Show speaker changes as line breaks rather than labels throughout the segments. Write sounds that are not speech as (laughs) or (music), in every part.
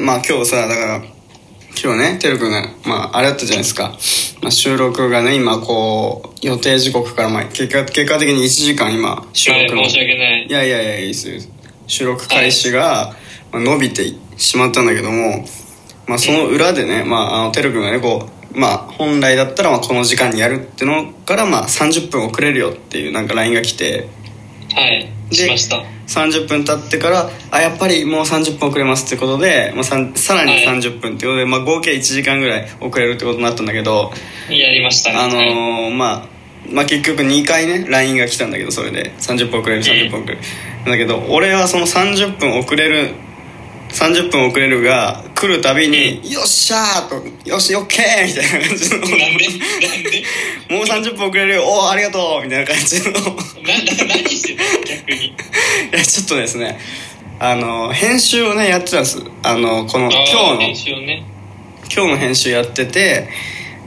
まあ今日さだから今日ねてるくんが、まあ、あれだったじゃないですか、まあ、収録がね今こう予定時刻から、まあ、結果結果的に1時間今収
はい、
録の
申し訳ない
い。やいやいやいいですよいいです収録開始がまあ伸びてしまったんだけども、まあ、その裏でね、まあ、あのてるくんがねこう、まあ、本来だったらまあこの時間にやるってのからまあ30分遅れるよっていうなんか LINE が来て
はい、
で
しました。
30分経ってからあやっぱりもう30分遅れますってことで、まあ、さんさらに
はい
30分ってことで、まあ、合計1時間ぐらい遅れるってことになったんだけど、
やりましたね。
あの
はい
ーまあ、まあ結局2回ね LINE が来たんだけどそれで30分遅れる30分遅れるだけど俺はその30分遅れる30分遅れるが来るたびに「よっしゃー!」と「よしオッケー!」みたいな感
(laughs)
じの (laughs)
なんでなんで
「もう30分遅れるよおーありがとう!」みたいな感じのい
な、な、何してたの逆に。
(laughs) やちょっとですねあの編集をねやってたんですあのこの
あ
今日
ー
の
練習をね。
今日の編集やってて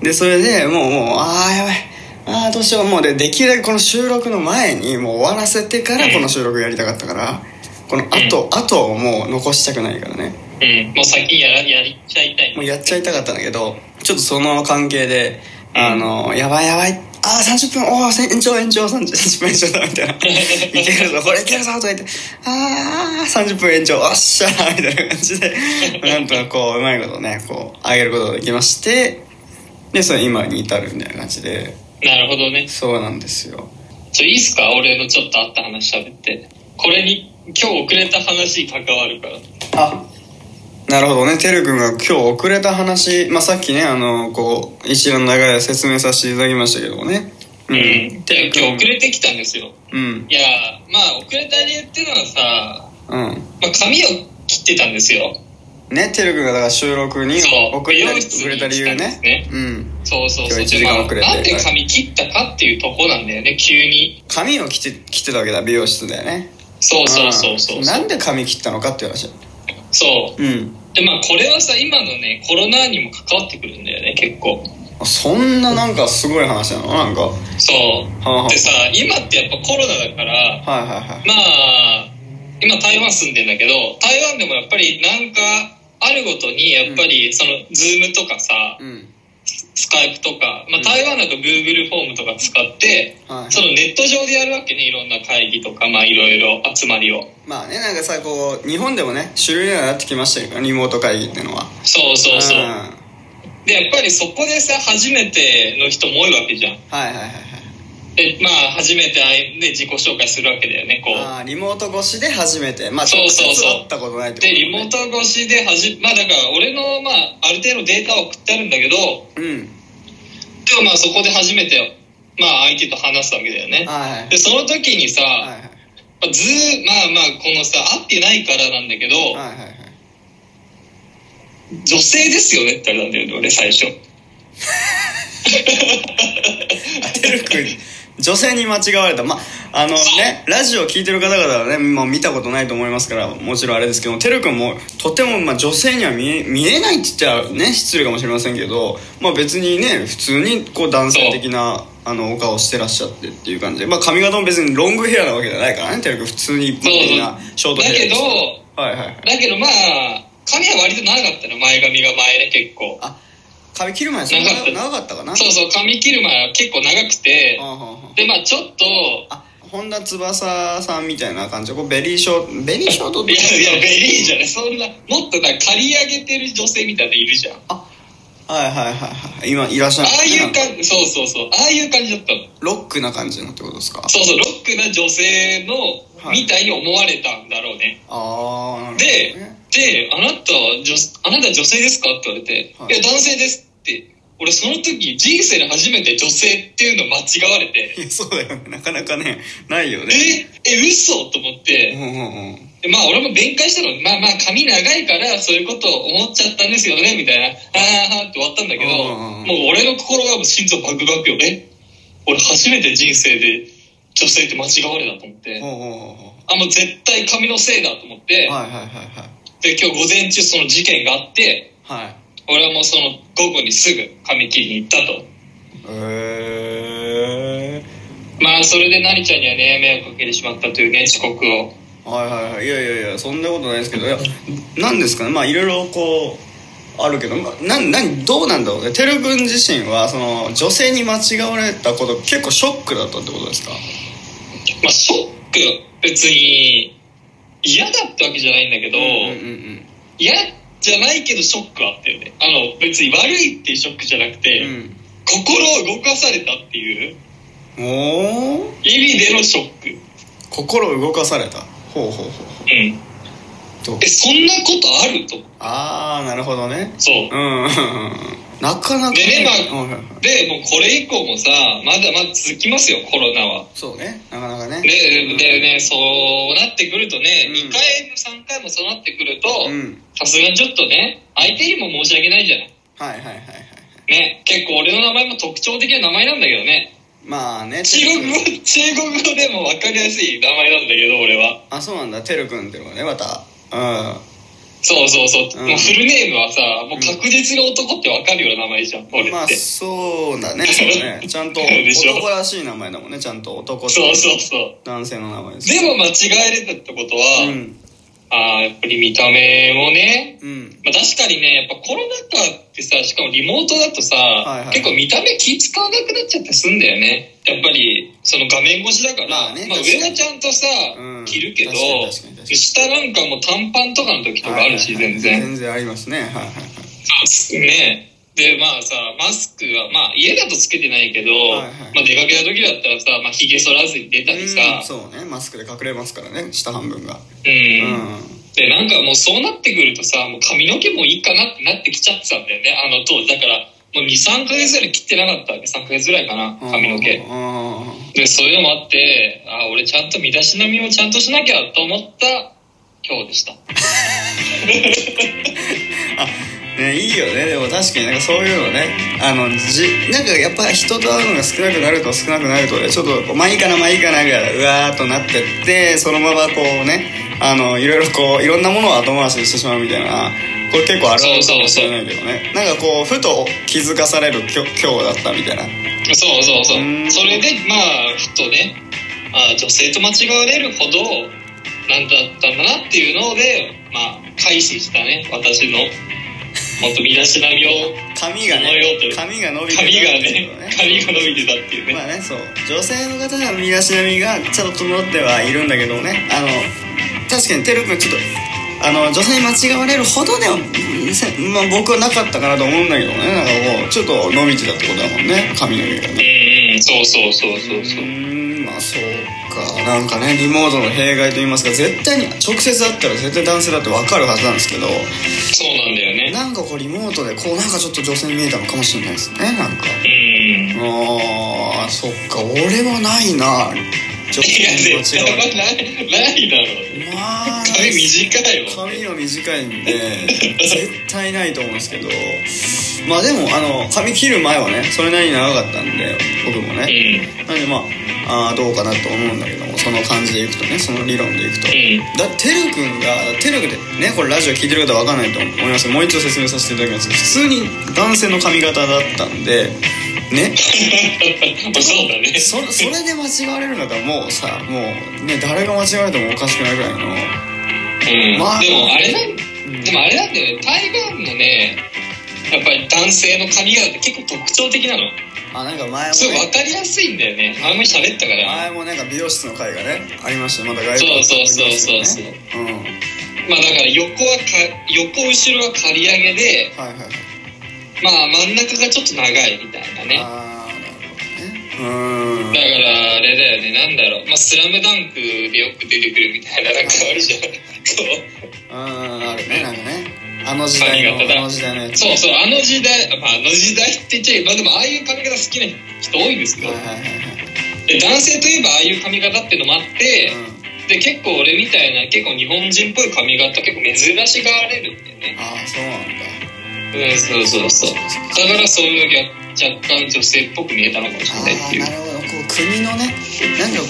でそれでもうもうああやばいああどうしようもうでできるだけこの収録の前にもう終わらせてからこの収録やりたかったからこの後、後をもう残したくないからね
うん。もう先やら、やりちゃいたい。
もうやっちゃいたかったんだけどちょっとその関係であのやばいやばいああ30分おお延長延長30分延長だみ
(laughs)
たいないけるぞこれいけるぞとか言ってああ30分延長おっしゃーみたいな感じでなんとかこううまいことねこう上げることができましてでそれ今に至るみたいな感じで
なるほどね。
そうなんですよ
ちょ、いいっすか俺のちょっとあった話喋って。これに、今日遅れた話に関わるから。
あなるほどねてるくんが今日遅れた話、まあ、さっきねあのこう一覧の流れで説明させていただきましたけどもねう
で、今日遅れてきたんですよ。
うん
いやー、まあ、遅れた理由っていうのはさ、
うん
まあ、髪を切ってたんですよ。
ねてるくんがだから収録に
そう
遅れた
美容室に
遅れた理由
行った
ね
んですね
うん
そうそうそ
今
う。
日一時間遅れて
でまあなんで髪切ったかっていうとこなんだよね、急に。
髪を切って切ってたわけだ美容室だよね
そうそうそうそ
ん
う。
なんで髪切ったのかっていう話
そう。
うん
で、まあ、これはさ、今のね、コロナにも関わってくるんだよね、結構。
あそんななんかすごい話なのなんかは
そう。
あ、はあ、はい
でさ、今ってやっぱコロナだから、
はいはい
まあ、今台湾住んでんだけど、台湾でもやっぱりなんか、あるごとに、やっぱり、その、ズームとかさ、
うん
スカイプとか、ま
う
あ、
ん
台湾だと Google フォームとか使って、
は
そのネット上でやるわけね、いろんな会議とか、まあ、いろいろ集まりを。
いまあねなんかさこう日本でもね主流にはなってきましたけどリモート会議ってのは
そうそうそう。
んはい
で、やっぱりそこでさ、初めての人も多いわけじゃん。
はいはいはい
で、まあ、初めて会いで自己紹介するわけだよね、こう。
あーリモート越しで初めてまあ
そう
直接
そうそう
会ったことないってこと
で、
ね
リモート越しではじ、まあ、だから、俺の、まあ、ある程度データは送ってあるんだけど、
うん
でもまあ、そこで初めて、まあ、相手と話すわけだよね。
はいはい
で、その時にさ、
はいはい
まあずー、まあまあ、このさ、会ってないからなんだけど、
はいはいはい
女性ですよねって言われたんだよね、俺、最初。
てるくん (laughs) 女性に間違われたまああのねラジオ聞いてる方々はねもう見たことないと思いますからもちろんあれですけどてるくんもとても、まあ、女性には見え見えないって言ったらね失礼かもしれませんけど、まあ、別にね普通にこう男性的なあのお顔してらっしゃってっていう感じで、まあ、髪型も別にロングヘアなわけじゃないからねてるくん普通に一般的なショート
だ
ヘア
け
で
ど
す、はいはいはい
だけどまあ、髪は割と長かったの、前髪が前ね、結構。
あ髪切る前そんな長長かったかな
そうそう、髪切る前は結構長くて
あ、はんはん
で、まあ、ちょっと、
あ本田翼さんみたいな感じでこうベリーショーベリーショートって
いやいや、ベリーじゃない。そんな、もっとなんか刈り上げてる女性みたいなのいるじゃん。あ
はいはいはいはい今いらっしゃ
あ
る
いう感じ、そうそうそう。ああいう感じだったの。
ロックな感じのってことですか
そうそう、ロックな女性の、
はい
みたいに思われたんだろうね。
ああなるほど、
で
ね、
で、あなたは女、あなた女性ですかって言われて、
はい
い、や、男性ですって。俺、その時、人生で初めて女性っていうの間違われて、
いやそうだよねなかなかねないよ
え
ね
え、嘘と思っ
うん
て、
うんうん
でまあ、俺も弁解したの。まあまあ、髪長いから、そういうことを思っちゃったんですよね、みたいな。あーあーあーって終わったんだけど、
うんうんうん
もう俺の心がもう心臓バクバクよね。俺、初めて人生で女性って間違われたと思って、
ほうほうほうほ
あ、もう絶対髪のせいだと思って、
うはいはいはいはい
で今日午前中その事件があって
はい
俺はもうその午後にすぐ髪切りに行ったと
え
まあそれでなりちゃんにはね迷惑かけてしまったというね遅刻を
はいはいはいいやいやいやそんなことないですけどいやなんですかねまあいろいろこうあるけどまあなんなんどうなんだろうねてる君自身はその女性に間違われたこと結構ショックだったってことですか
まあ、ショック、別に、嫌だったわけじゃないんだけど、
うんうん
嫌じゃないけどショックはあったよね。あの、別に悪いっていうショックじゃなくて、
うん
心を動かされたっていう
うんおお
意味でのショック。
心を動かされたほうほうほうほ
うん。
うどう
え、そんなことあると。
ああなるほどね
そう
う。んうんうんなかなか
でねま
はいはいはい
で、もうこれ以降もさ、まだまだ続きますよ、コロナは。
そうねなかなかね
で、でね、そうなってくるとね、
うん
2回も3回もそうなってくると、
うん
さすがにちょっとね、相手にも申し訳ないじゃない。
はいはいはいはいはい
ね、結構俺の名前も特徴的な名前なんだけどね。
まあね
中国語、中国語でも分かりやすい名前なんだけど、俺は。
あそうなんだてるくんっていうのがねまたうん
そうそうそう。
うん
もうフルネームはさ、もう確実に男って分かるような名前じゃん、俺って。
まあそうだねそうねちゃんと
でしょ
男らしい名前だもんねちゃんと男と
そうそうそう。
男性の名前です
でも間違えれたってことは、
うん
あーやっぱり見た目もね、
うん
まあ、確かにね、やっぱコロナ禍ってさ、しかもリモートだとさ、
いはい
結構見た目気使わなくなっちゃってすんだよね。やっぱり、その画面越しだから、
まあね確かに
上はちゃんとさ、
うん
着るけど
確かに確かに確か、に
下なんかもう短パンとかの時とかあるし、
はいはいはい
全然。
全然ありますねはいはい
ね。で、まあさ、マスクは、まあ家だとつけてないけど、
はいはい
まあ出かけた時だったらさ、まあ髭剃らずに出た
はい
り
う
さ
ん、そうねマスクで隠れますからね下半分がう
うん
ん
でなんかもうそうなってくるとさもう髪の毛もいいかなってなってきちゃってたんだよねあの当時だからもう23ヶ月ぐらい切ってなかったわけ3ヶ月ぐらいかな髪の毛
うん
でそういうのもあってあ俺ちゃんと身だしなみをちゃんとしなきゃと思った今日でした
ねいいよねでも確かになんかそういうのねあのじなんかやっぱ人と会うのが少なくなると少なくなるとねちょっとこうまあいいかなまあいいかながうわーっとなってってそのままこうねあのいろいろこういろんなものを後回しにしてしまうみたいなこれ結構あるあるかもしれないけどねなんかこうふと気づかされるきょ今日だったみたいな
そうそうそう
うん
それでまあふとねあ女性と間違われるほどなんだったんだなっていうのでまあ回避したね私のもっと身だしなみを
髪が
この
ね
世と
髪が伸びてたって
髪が
いうの
ね髪が伸びてたっていうね、
まあねそう女性の方の身だしなみがちゃんと整ってはいるんだけどねあの確かにてるくんちょっとあの女性に間違われるほどでは、せまあ、僕はなかったかなと思うんだけどねなんかこうちょっと伸びてたってことだもんね髪の毛がね
うんうんそうそうそうそうそう
うーんまあそうかなんかねリモートの弊害と言いますか絶対に直接会ったら絶対男性だって分かるはずなんですけど
そうなんだよね
なんかこうリモートでこうなんかちょっと女性に見えたのかもしれないですねなんか
うん
あーそっか俺はないな女
いや
性の
絶対
間違い
ないないだろう
まあ
髪短いわ
髪が短いんで絶対ないと思うんですけどまあでもあの髪切る前はねそれなりに長かったんで僕も
うんう
ね
ん
なんでまああーどうかなと思うんだけどもその感じでいくとねその理論でいくとだてるくんがてるくんでねこれラジオ聞いてる方わかんないと思いますけどもう一度説明させていただきます普通に男性の髪型だったんでね
(laughs) そうだね
そそれで間違われるんだったらもうさもうね誰が間違われてもおかしくないぐらいの
うん、
まあ
でもあれなん
うん
でもあれなんだよね台湾のねやっぱり男性の髪型って結構特徴的なの
あなんか前も
すごい
ね
分かりやすいんだよねあんまり喋ったから
前もなんか美容室の会がねありましたよまた外
そうそうそうそう
ねうんはい
まあだから横はか横後ろは刈り上げで
はいはい
まあ真ん中がちょっと長いみたいなね
ああなるほど
だ
ね
からあれだよねなんだろう、まあ「スラムダンクでよく出てくるみたいななんかあるじゃんこ
うーんうんあるねなんかねあの時代
髪型
の
だ
あの時代のや
う
つ
そうそうあの時代、まあ、あの時代って言っちゃえば、まあ、でもああいう髪型好きな人多いんですけ
は
ど
いはいはいはい
で男性といえばああいう髪型ってのもあって
うん
で結構俺みたいな結構日本人っぽい髪型結構珍しがられるんだよね
ああそうなんだ
うんそうそうそうだからそういう逆若干女性っぽく見えたのかもしれない
あ
っ
あ
ていう
なるほどこう国のねなんかこ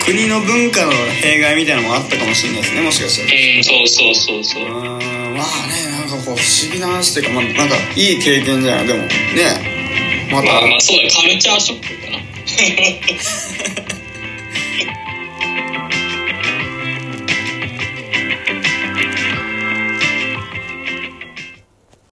う国の文化の弊害みたいなのもあったかもしれないですねもしかしたら
うんそうそうそうそう
うーんまあねなんかこう不思議な話っていうか、まあ、なんかいい経験じゃないでもねまた、
まあまあそうだよカルチャーショックかな